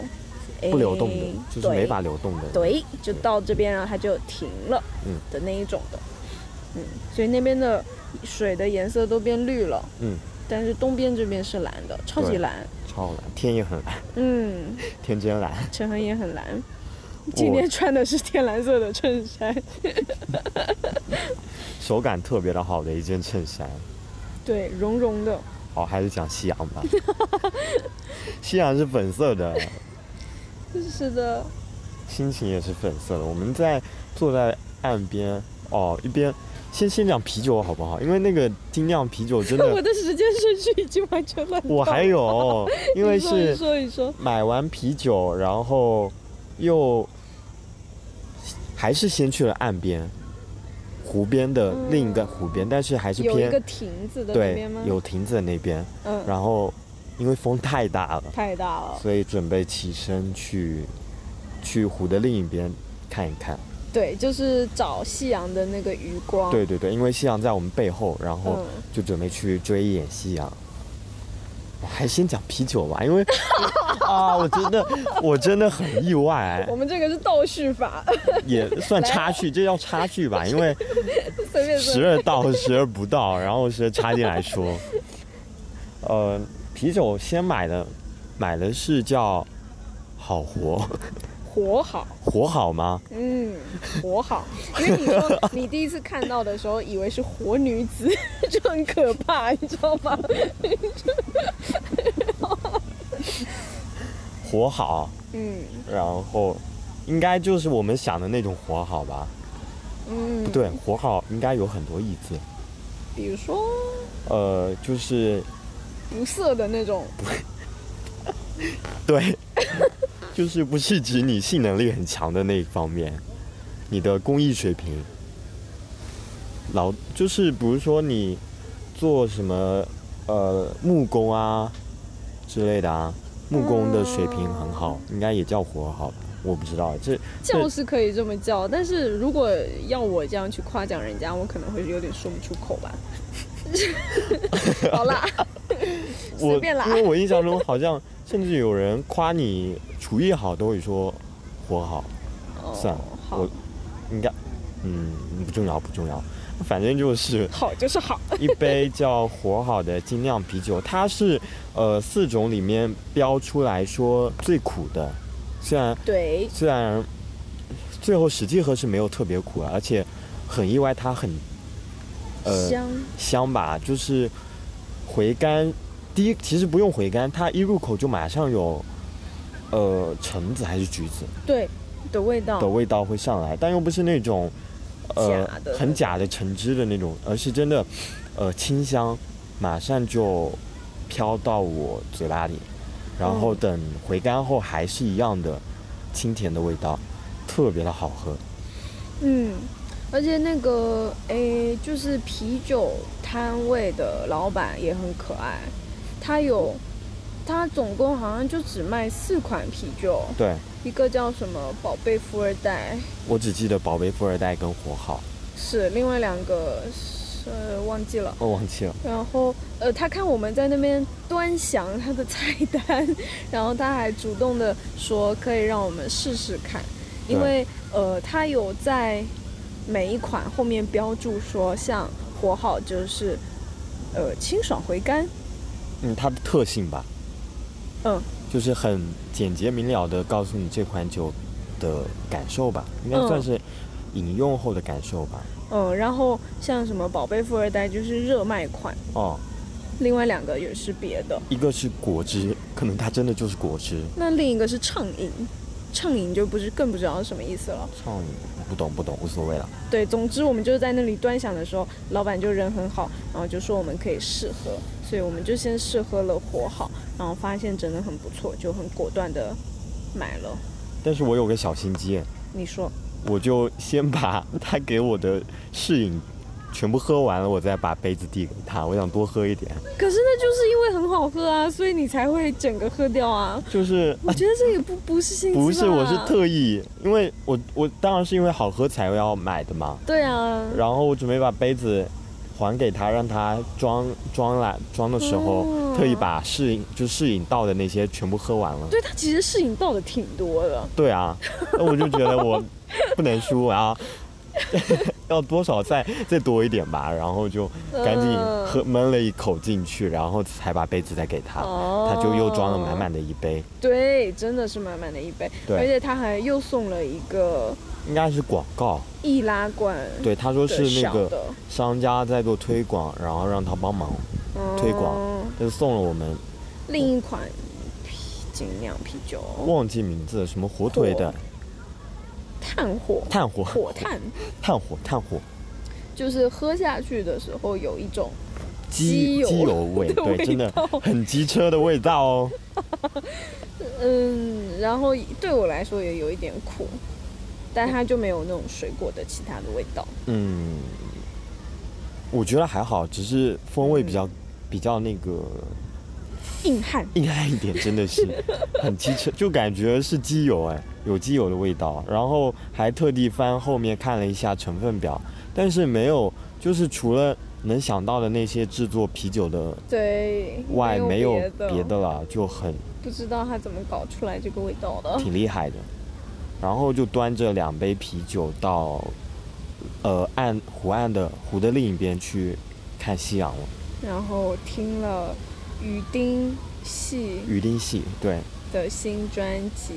S1: 哎
S2: 不流动
S1: 诶
S2: 的，就是没法流动的。
S1: 对，就到这边，然后它就停了，
S2: 嗯
S1: 的那一种的，嗯，所以那边的水的颜色都变绿了，
S2: 嗯，
S1: 但是东边这边是蓝的，超级
S2: 对
S1: 蓝，
S2: 超蓝，天也很蓝，
S1: 嗯，
S2: 天真蓝。
S1: 陈恒也很蓝，今天穿的是天蓝色的衬衫，
S2: 手感特别的好的一件衬衫。
S1: 对，绒绒的，
S2: 哦，还是讲夕阳 吧。夕阳是粉色的，
S1: 是的，
S2: 心情也是粉色的。我们在坐在岸边，哦，一边先先讲啤酒好不好？因为那个精酿啤酒真
S1: 我
S2: 的，
S1: 的时间顺序已经完全乱掉了，
S2: 我 还有，因为
S1: 你说你
S2: 是
S1: 说你说，
S2: 买完啤酒，然后又还是先去了岸边，湖边的
S1: 嗯
S2: 另一个湖边，但是还是
S1: 有一
S2: 偏
S1: 个亭子的那
S2: 对
S1: 边吗？，
S2: 有亭子的那边。
S1: 嗯，
S2: 然后因为风太大了，
S1: 太大了，
S2: 所以准备起身去去湖的另一边看一看。
S1: 对，就是找夕阳的那个余光，
S2: 对对对，因为夕阳在我们背后，然后
S1: 嗯
S2: 就准备去追一眼夕阳。我还先讲啤酒吧，因为啊，我真的我真的很意外
S1: 我，们这个是倒叙法，
S2: 也算插叙，这叫插叙吧，因为
S1: 随便
S2: 时
S1: 说。
S2: 而到，时而不到，然后是插进来说，呃，啤酒先买的，买的是叫好活，
S1: 活好，
S2: 活好吗？
S1: 嗯，活好，因为你说你第一次看到的时候，以为是活女子， 就很可怕，你知道吗？
S2: 活好，
S1: 嗯
S2: 然后应该就是我们想的那种活好吧？
S1: 嗯，
S2: 不，对，活好应该有很多意思。
S1: 比如说
S2: 呃，就是
S1: 不色的那种，
S2: 对， 就是不是指你性能力很强的那一方面，你的工艺水平，劳就是比如说你做什么呃木工啊之类的啊，木工的水平很好，
S1: 嗯
S2: 应该也叫活好吧？我不知道这
S1: 叫是可以这么叫，但是如果要我这样去夸奖人家，我可能会有点说不出口 吧。好啦，
S2: 我
S1: 随便啦
S2: 因为我印象 中好像甚至有人夸你厨艺好都会说活好。算了
S1: 哦，好
S2: 我，应该，嗯，不重要，不重要，反正就是
S1: 好就是好，
S2: 一杯叫活好的精酿啤酒，它是呃四种里面标出来说最苦的，虽然
S1: 对，
S2: 虽然最后实际喝是没有特别苦啊，而且很意外它很呃
S1: 香，
S2: 香吧，就是回甘，第一其实不用回甘，它一入口就马上有呃橙子还是橘子。
S1: 对的味道，
S2: 的味道会上来，但又不是那种呃
S1: 假的
S2: 很假的橙汁的那种，而是真的呃清香，马上就飘到我嘴巴里，然后
S1: 嗯
S2: 等回甘后还是一样的清甜的味道，特别的好喝。
S1: 嗯，而且那个诶，就是啤酒摊位的老板也很可爱，他有，他总共好像就只卖四款啤酒，
S2: 对
S1: 一个叫什么宝贝富二代，
S2: 我只记得宝贝富二代跟活好，
S1: 是另外两个是忘记了。
S2: 我、忘记了。
S1: 然后，呃，他看我们在那边端详他的菜单，然后他还主动的说可以让我们试试看，因
S2: 对
S1: 为呃，他有在每一款后面标注说，像活好就是呃清爽回甘，
S2: 嗯，它的特性吧，
S1: 嗯，
S2: 就是很简洁明了的告诉你这款酒的感受吧，应该
S1: 嗯
S2: 算是饮用后的感受吧。
S1: 嗯、然后像什么宝贝富二代就是热卖款，
S2: 哦，
S1: 另外两个也是别的，
S2: 一个是果汁，可能它真的就是果汁。
S1: 那另一个是畅饮，畅饮就不是更不知道是什么意思了。
S2: 唱不懂不懂，无所谓了。
S1: 对，总之我们就是在那里端详的时候，老板就人很好，然后就说我们可以试喝，所以我们就先试喝了火好，然后发现真的很不错，就很果断的买了。
S2: 但是我有个小心机，
S1: 你说
S2: 我就先把他给我的试饮全部喝完了，我再把杯子递给他，我想多喝一点。
S1: 可是那就是因为会很好喝啊，所以你才会整个喝掉啊。
S2: 就是
S1: 我觉得这也不不是心机吧，啊
S2: 不是我是特意，因为我我当然是因为好喝才要买的嘛。
S1: 对啊，
S2: 然后我准备把杯子还给他，让他装装来装的时候，
S1: 哦
S2: 特意把试饮就试饮到的那些全部喝完了。
S1: 对他其实事情倒的挺多的，
S2: 对啊，那我就觉得我不能输，我要 要多少再再多一点吧，然后就赶紧
S1: 嗯
S2: 喝闷了一口进去，然后才把杯子再给他，
S1: 哦
S2: 他就又装了满满的一杯，
S1: 对，真的是满满的一杯，
S2: 对
S1: 而且他还又送了一个
S2: 应该是广告。
S1: 易拉罐，
S2: 对，他说是那
S1: 小
S2: 个
S1: 的
S2: 商家在做推广，然后让他帮忙，推广
S1: 嗯
S2: 就送了我们
S1: 另一款啤精酿啤酒，
S2: 忘记名字了什么火腿的
S1: 炭火
S2: 炭火
S1: 火炭，
S2: 炭火炭火
S1: 就是喝下去的时候有一种
S2: 鸡
S1: 鸡
S2: 鸡
S1: 油
S2: 油 味，
S1: 的
S2: 对，
S1: 味
S2: 真的
S1: 道
S2: 很机车的味道哦。
S1: 嗯，然后对我来说也有一点苦，但它就没有那种水果的其他的味道。
S2: 嗯，我觉得还好，只是风味比较、比较那个
S1: 硬汉，
S2: 硬汉一点，真的是很机车，就感觉是机油哎，有机油的味道。然后还特地翻后面看了一下成分表，但是没有，就是除了能想到的那些制作啤酒的
S1: 对，
S2: 外，没有
S1: 别的，
S2: 别的了，就很
S1: 不知道他怎么搞出来这个味道的。
S2: 挺厉害的。然后就端着两杯啤酒到，呃，岸湖岸的湖的另一边去看夕阳了。
S1: 然后听了雨丁系
S2: 雨丁系，对
S1: 的新专辑，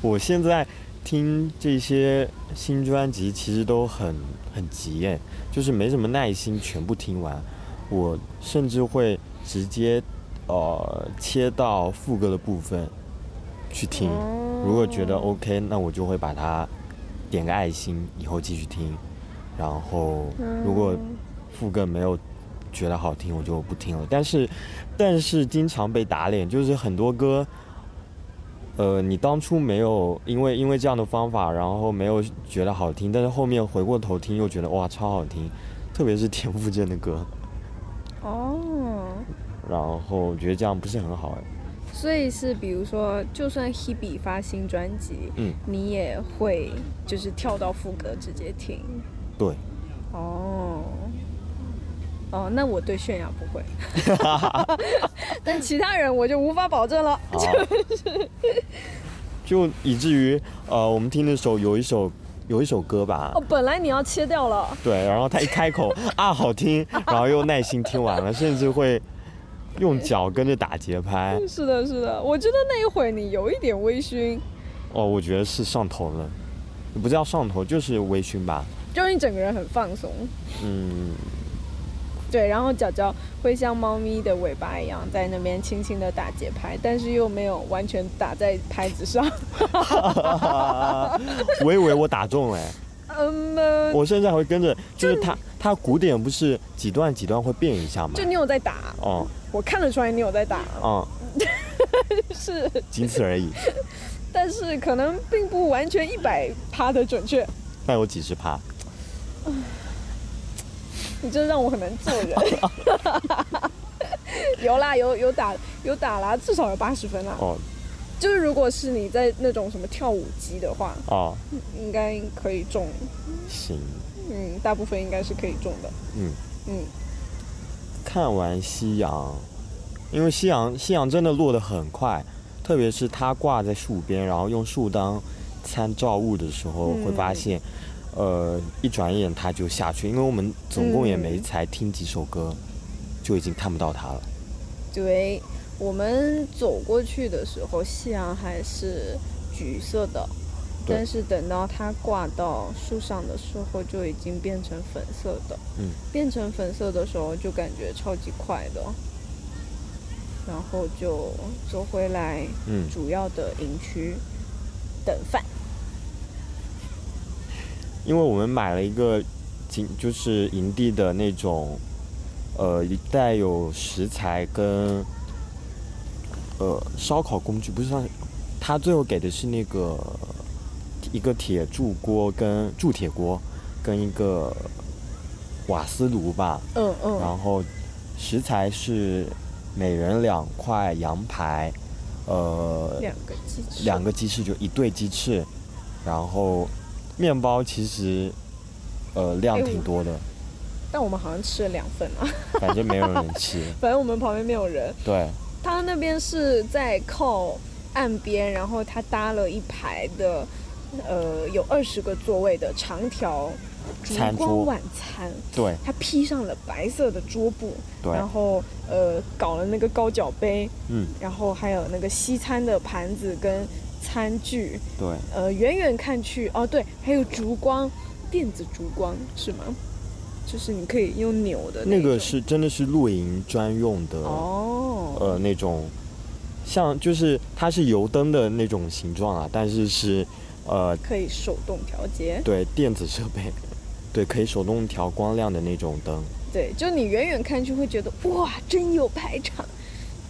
S2: 我现在听这些新专辑其实都很很急哎，就是没什么耐心全部听完，我甚至会直接呃切到副歌的部分去听，
S1: 哦
S2: 如果觉得 OK，那我就会把它点个爱心，以后继续听，然后如果
S1: 嗯
S2: 副歌没有觉得好听，我就不听了。但是，但是经常被打脸，就是很多歌，呃，你当初没有因为因为这样的方法，然后没有觉得好听，但是后面回过头听又觉得哇超好听，特别是田馥甄的歌，
S1: 哦，
S2: 然后我觉得这样不是很好哎。
S1: 所以是比如说，就算 Hebe 发新专辑，
S2: 嗯，
S1: 你也会就是跳到副歌直接听。
S2: 对，
S1: 哦，哦，那我对泫雅不 会，但其他人我就无法保证了。
S2: 好，就以至于呃，我们听的时候有一首有一首歌吧
S1: 哦，，本来你要切掉了，
S2: 对，然后他一开口啊好听，然后又耐心听完了，甚至会用脚跟着打节拍。
S1: 是的，是的，我觉得那一会你有一点微醺，
S2: 哦，我觉得是上头了，不叫上头，就是微醺吧。
S1: 就是你整个人很放松。
S2: 嗯，
S1: 对，然后脚脚会像猫咪的尾巴一样在那边轻轻的打节拍，但是又没有完全打在拍子上。
S2: 我以为我打中了哎，
S1: 嗯，呃
S2: 我甚至还会跟着，就是他他鼓点不是几段几段会变一下吗
S1: 就？你有在打，
S2: 哦
S1: 我看得出来你有在打，
S2: 哦，
S1: 是，
S2: 仅此而已。
S1: 但是可能并不完全一百趴的准确，
S2: 那有几十趴？
S1: 你这让我很难做人。 有啦，有有打有打啦，至少有八十分啦。
S2: 哦
S1: 就是如果是你在那种什么跳舞机的话，
S2: 哦，
S1: 应该可以中，
S2: 行。
S1: 嗯，大部分应该是可以中的。
S2: 嗯
S1: 嗯，
S2: 看完夕阳，因为夕阳夕阳真的落得很快，特别是它挂在树边，然后用树当参照物的时候，
S1: 嗯
S2: 会发现，呃，一转眼它就下去，因为我们总共也
S1: 嗯
S2: 没才听几首歌，就已经看不到它了。
S1: 对，我们走过去的时候，夕阳还是橘色的，
S2: 对
S1: 但是等到它挂到树上的时候，就已经变成粉色的。
S2: 嗯，
S1: 变成粉色的时候就感觉超级快的，然后就走回来
S2: 嗯，
S1: 主要的营区等饭。
S2: 因为我们买了一个景，就是营地的那种，呃，带有食材跟呃烧烤工具，不是烧，他最后给的是那个一个铁铸锅跟铸铁锅跟一个瓦斯炉吧，
S1: 嗯嗯，
S2: 然后食材是每人两块羊排，呃，
S1: 两个鸡翅，
S2: 两个鸡翅就一对鸡翅，然后面包其实呃量
S1: 哎
S2: 挺
S1: 我
S2: 多的，
S1: 但我们好像吃了两份啊，
S2: 反正没有人 吃。
S1: 反正我们旁边没有人。
S2: 对，
S1: 他那边是在靠岸边，然后他搭了一排的，呃，有二十个座位的长条烛
S2: 餐桌
S1: 光晚餐，
S2: 对，
S1: 他披上了白色的桌布，
S2: 对，
S1: 然后呃搞了那个高脚杯，
S2: 嗯，
S1: 然后还有那个西餐的盘子跟餐具，
S2: 对，
S1: 呃，远远看去，哦对，还有烛光，电子烛光是吗？就是你可以用扭的
S2: 那
S1: 种
S2: 个是呃真的是露营专用的，
S1: 哦，
S2: 呃，那种像就是它是油灯的那种形状啊，但是是呃
S1: 可以手动调节。
S2: 对电子设备， 对可以手动调光亮的那种灯。
S1: 对，就你远远看去会觉得哇，真有排场，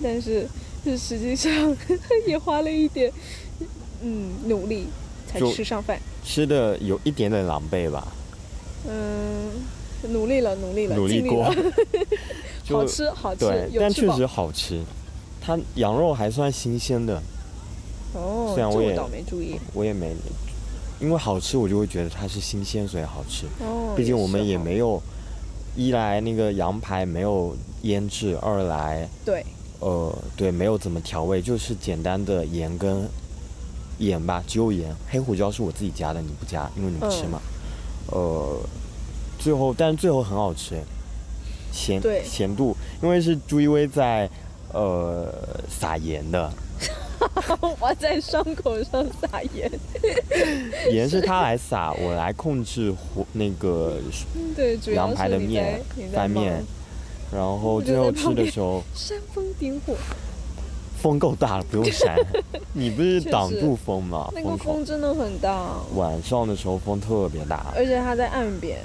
S1: 但是这实际上 也花了一点嗯努力才
S2: 就
S1: 吃上饭。
S2: 吃的有一点点狼狈吧，
S1: 嗯，努力了，努力了，
S2: 努力
S1: 尽力
S2: 过
S1: 了，
S2: 就
S1: 好吃好吃
S2: 对，，
S1: 有
S2: 但
S1: 吃
S2: 确
S1: 饱
S2: 实好吃。它羊肉还算新鲜的，
S1: 哦，
S2: 虽然
S1: 这
S2: 我
S1: 我
S2: 也
S1: 倒没注意
S2: 我也没，因为好吃我就会觉得它是新鲜，所以好吃。
S1: 哦，
S2: 毕竟我
S1: 是
S2: 们也
S1: 哈
S2: 没有，一来那个羊排没有腌制，二来
S1: 对
S2: 呃对没有怎么调味，就是简单的盐跟盐吧，只有盐。黑胡椒是我自己加的，你不加，因为你不吃
S1: 嗯
S2: 嘛。呃，最后但是最后很好吃，咸
S1: 对
S2: 咸度，因为是朱一威在呃撒盐的，
S1: 我在伤口上撒盐，
S2: 盐是他来撒，我来控制火那个
S1: 对，主要
S2: 羊排
S1: 是
S2: 的
S1: 你
S2: 面
S1: 在你在
S2: 翻面
S1: 忙，
S2: 然后
S1: 我就
S2: 最
S1: 在
S2: 后
S1: 旁
S2: 吃的
S1: 边
S2: 时候。
S1: 煽风点火，
S2: 风够大了， 不用扇。你不是
S1: 确
S2: 挡
S1: 实
S2: 住风吗？
S1: 那个
S2: 口
S1: 风真的很大，
S2: 晚上的时候风特别大，
S1: 而且它在岸边，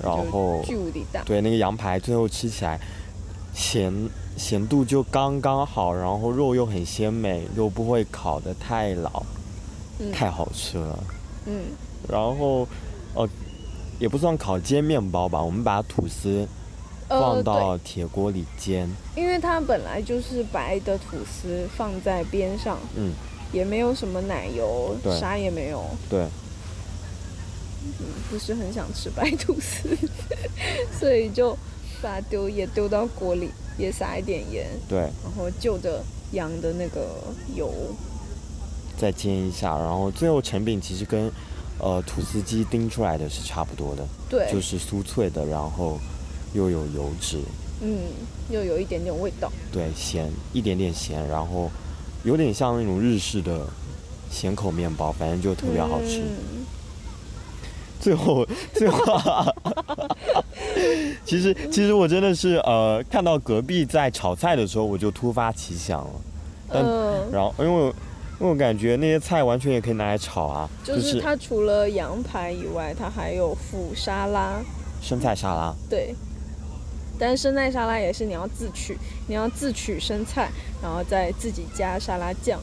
S2: 然
S1: 就
S2: 后
S1: 巨无敌大，
S2: 对那个羊排最后吃起来咸咸度就刚刚好，然后肉又很鲜美，又不会烤得太老，
S1: 嗯
S2: 太好吃了。
S1: 嗯，
S2: 然后呃也不算烤煎面包吧，我们把吐司
S1: 呃
S2: 放
S1: 对，
S2: 到铁锅里煎，
S1: 因为它本来就是白的吐司放在边上，
S2: 嗯，
S1: 也没有什么奶油
S2: 对，
S1: 啥也没有，
S2: 对
S1: 不是很想吃白吐司， 所以就把它丢也丢到锅里，也撒一点盐，
S2: 对，
S1: 然后就着羊的那个油，
S2: 再煎一下，然后最后成品其实跟呃吐司机叮出来的是差不多的。
S1: 对，
S2: 就是酥脆的，然后又有油脂，
S1: 嗯，又有一点点味道，
S2: 对，咸一点点咸，然后有点像那种日式的咸口面包，反正就特别好吃。
S1: 嗯
S2: 最后，最后，其实其实我真的是呃，看到隔壁在炒菜的时候，我就突发奇想了，但
S1: 嗯，
S2: 然后因为我因为我感觉那些菜完全也可以拿来炒啊，
S1: 就
S2: 就是是
S1: 它除了羊排以外，它还有腐沙拉，
S2: 生菜沙拉，
S1: 对。但是生菜沙拉也是你要自取，你要自取生菜，然后再自己加沙拉酱。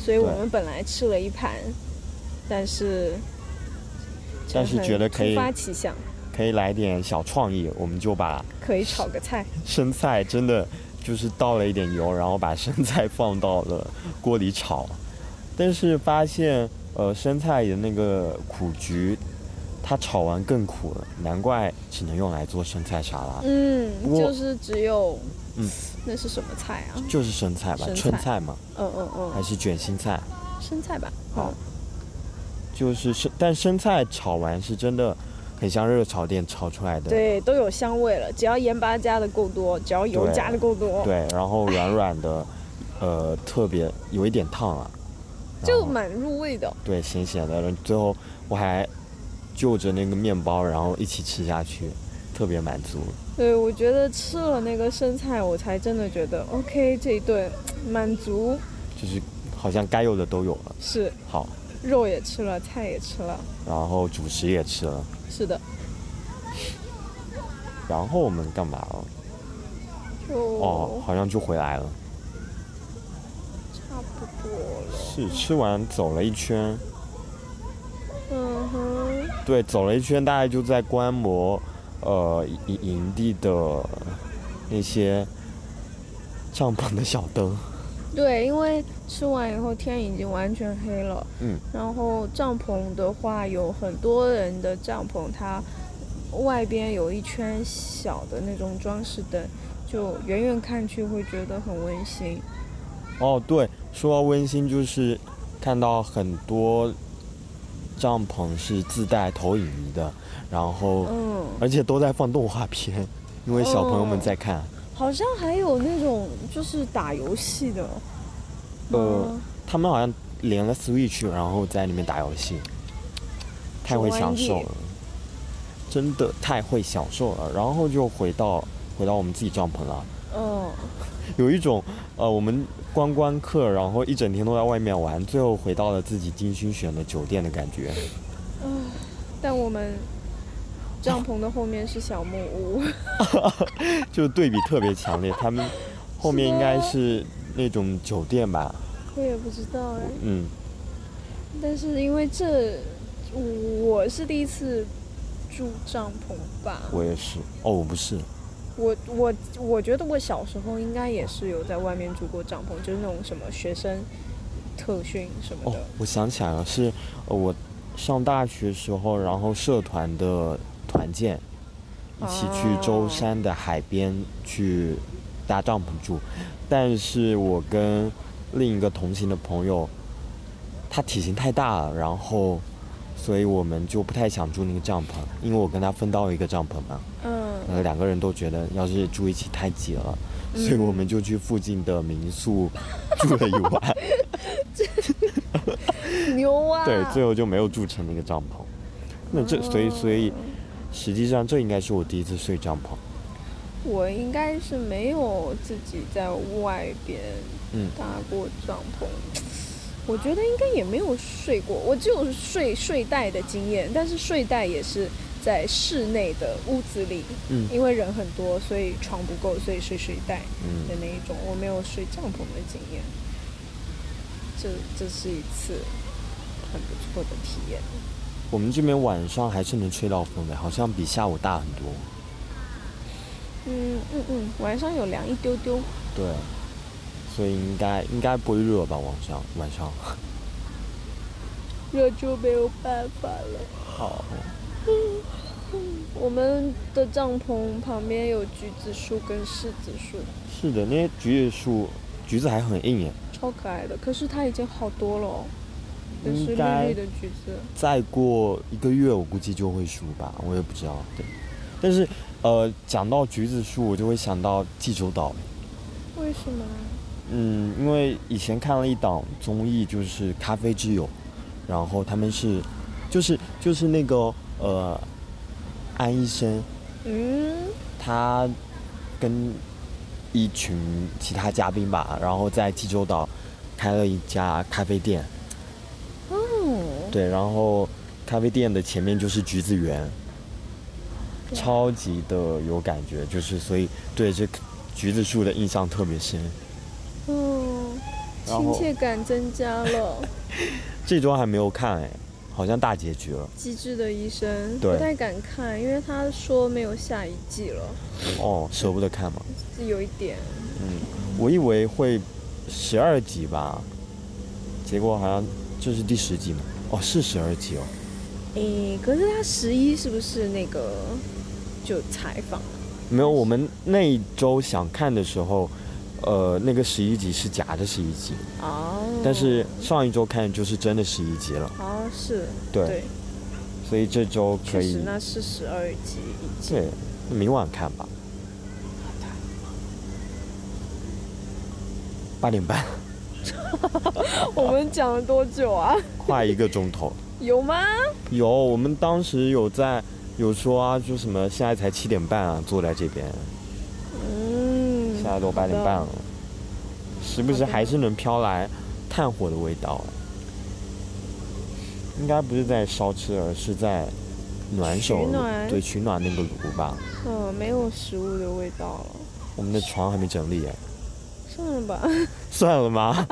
S1: 所以我
S2: 对
S1: 们本来吃了一盘，但是
S2: 但是
S1: 很
S2: 觉得可以
S1: 突发奇想，
S2: 可以来点小创意，我们就把
S1: 可以炒个菜。
S2: 生菜真的就是倒了一点油，然后把生菜放到了锅里炒，但是发现呃生菜的那个苦菊，它炒完更苦了，难怪只能用来做生菜沙拉，
S1: 嗯
S2: 不，过
S1: 就是只有，
S2: 嗯
S1: 那是什么菜啊？
S2: 就是生菜吧，
S1: 生菜
S2: 春菜嘛，
S1: 嗯嗯
S2: 还
S1: 嗯，
S2: 是卷心菜，
S1: 生菜吧。
S2: 好就是生，但生菜炒完是真的很像热炒店炒出来的，
S1: 对，都有香味了。只要盐巴加的够多，只要油
S2: 对
S1: 加的够多，
S2: 对，然后软软的，呃，特别有一点烫啊，然
S1: 就
S2: 后
S1: 蛮入味的。
S2: 对，咸咸的。然后最后我还就着那个面包，然后一起吃下去，特别满足。
S1: 对，我觉得吃了那个生菜，我才真的觉得 OK，这一顿满足
S2: 就是好像该有的都有了。
S1: 是
S2: 好，
S1: 肉也吃了，菜也吃了，
S2: 然后主食也吃了，
S1: 是的，
S2: 然后我们干嘛了？
S1: 就
S2: 哦，好像就回来了。
S1: 差不多了。
S2: 是吃完走了一圈，
S1: 嗯哼，
S2: 对，走了一圈，大概就在观摩，呃，营营地的那些帐篷的小灯。
S1: 对，因为吃完以后天已经完全黑了。
S2: 嗯。
S1: 然后帐篷的话，有很多人的帐篷，它外边有一圈小的那种装饰灯，就远远看去会觉得很温馨。
S2: 哦，对，说到温馨，就是看到很多帐篷是自带投影仪的，然后、
S1: 嗯，
S2: 而且都在放动画片，因为小朋友们在看。
S1: 好像还有那种就是打游戏的。
S2: 呃
S1: 嗯，
S2: 他们好像连了 Switch，然后在里面打游戏，太会享受了，真的太会享受了。然后就回到回到我们自己帐篷了，
S1: 嗯，
S2: 有一种呃，我们观光客，然后一整天都在外面玩，最后回到了自己精心选的酒店的感觉。
S1: 但我们帐篷的后面是小木屋。
S2: 就对比特别强烈。他们后面应该是那种酒店吧，
S1: 我也不知道哎。
S2: 嗯，
S1: 但是因为这，我是第一次住帐篷吧。
S2: 我也是。哦，我不是，
S1: 我我我觉得我小时候应该也是有在外面住过帐篷，就是那种什么学生特训什么
S2: 哦
S1: 的。，
S2: 我想起来了，是呃我上大学时候，然后社团的团建，一起去舟山的海边去搭帐篷住，但是我跟另一个同行的朋友，他体型太大了，然后。所以我们就不太想住那个帐篷，因为我跟他分到一个帐篷嘛。
S1: 嗯
S2: 呃，两个人都觉得要是住一起太挤了，
S1: 嗯
S2: 所以我们就去附近的民宿住了一 晚。
S1: 牛啊！
S2: 对，最后就没有住成那个帐篷。那这所以所
S1: 嗯
S2: 以实际上这应该是我第一次睡帐篷。
S1: 我应该是没有自己在外边
S2: 嗯
S1: 搭过帐篷，我觉得应该也没有睡过，我只有睡睡袋的经验，但是睡袋也是在室内的屋子里，
S2: 嗯
S1: 因为人很多，所以床不够，所以睡睡袋的
S2: 嗯，
S1: 那一种，我没有睡帐篷的经验，这这是一次很不错的体验。
S2: 我们这边晚上还是能吹到风的，好像比下午大很多。
S1: 嗯嗯嗯，晚上有凉一丢丢，
S2: 对，所以应该应该不会热吧？晚上晚上。
S1: 热就没有办法了。
S2: 好。
S1: 我们的帐篷旁边有橘子树跟柿子树，
S2: 是的，那些橘子树，橘子还很硬耶。
S1: 超可爱的。可是它已经好多了、哦，都是
S2: 应
S1: 绿
S2: 该
S1: 绿的橘子。
S2: 再过一个月，我估计就会熟吧，我也不知道。对，但是呃，讲到橘子树，我就会想到济州岛。
S1: 为什么？
S2: 嗯，因为以前看了一档综艺，就是《咖啡之友》，然后他们是，就是就是那个呃，安医生
S1: 嗯，
S2: 他跟一群其他嘉宾吧，然后在济州岛开了一家咖啡店，
S1: 哦，
S2: 对，然后咖啡店的前面就是橘子园，超级的有感觉，就是所以对这橘子树的印象特别深。
S1: 嗯，
S2: 然
S1: 亲
S2: 后
S1: 切感增加了。
S2: 这周还没有看哎，好像大结局了
S1: 机智的医生
S2: 对
S1: 不太敢看，因为他说没有下一季了，
S2: 哦，舍不得看嘛。
S1: 是有一点。
S2: 我以为会十二集吧，结果好像这是第十集嘛。哦，是十二集哦。
S1: 诶，可是他十一是不是那个就采访了？
S2: 没有，我们那一周想看的时候，呃，那个十一集是假的十一集，
S1: 哦，
S2: 但是上一周看就是真的十一集了。
S1: 哦是，
S2: 对，所以这周可
S1: 确
S2: 以
S1: 实，那是十二集一集。
S2: 对，明晚看吧。八点半，
S1: 我们讲了多久 啊？
S2: 快一个钟头。
S1: 有吗？
S2: 有，我们当时有在有说啊，就什么现在才七点半啊，坐在这边，
S1: 嗯，
S2: 现在都八点半了，时不时还是能飘来炭火的味道。啊应该不是在烧吃，而是在暖手
S1: 取
S2: 炉
S1: 暖
S2: 对取暖那个炉吧。
S1: 嗯，没有食物的味道了，
S2: 我们的床还没整理哎，
S1: 算了吧，
S2: 算了吗？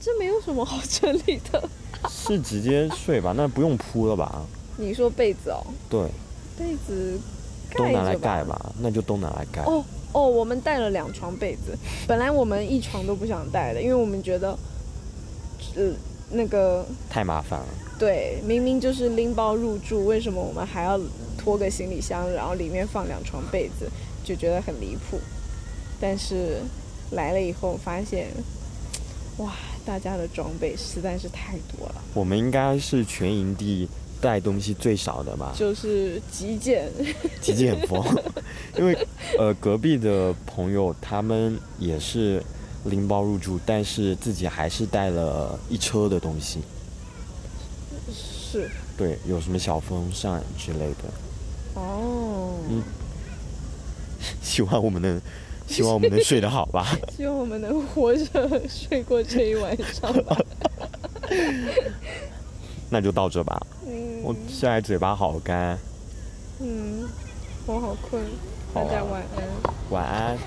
S1: 这没有什么好整理 的。
S2: 是直接 睡吧，那不用铺了吧？
S1: 你说被子哦，
S2: 对，
S1: 被子
S2: 都
S1: 盖
S2: 拿来
S1: 着吧。
S2: 盖吧，那就都拿来盖。
S1: 哦，哦，我们带了两床被子，本来我们一床都不想带的，因为我们觉得，呃，那个
S2: 太麻烦了。
S1: 对，明明就是拎包入住，为什么我们还要拖个行李箱，然后里面放两床被子，就觉得很离谱。但是来了以后发现，哇，大家的装备实在是太多了，
S2: 我们应该是全营地带东西最少的吧？
S1: 就是极简。
S2: 极简风， 因为呃隔壁的朋友他们也是拎包入住，但是自己还是带了一车的东西，
S1: 是，
S2: 对，有什么小风扇之类的。
S1: 哦，
S2: 嗯希望我们能，希望我们能睡得好 吧。
S1: 希望我们能活着睡过这一晚上吧。
S2: 那就到这吧，我
S1: 嗯
S2: 现在嘴巴好干，
S1: 嗯，我好困，
S2: 好
S1: 大
S2: 啊
S1: 家晚安。
S2: 晚安。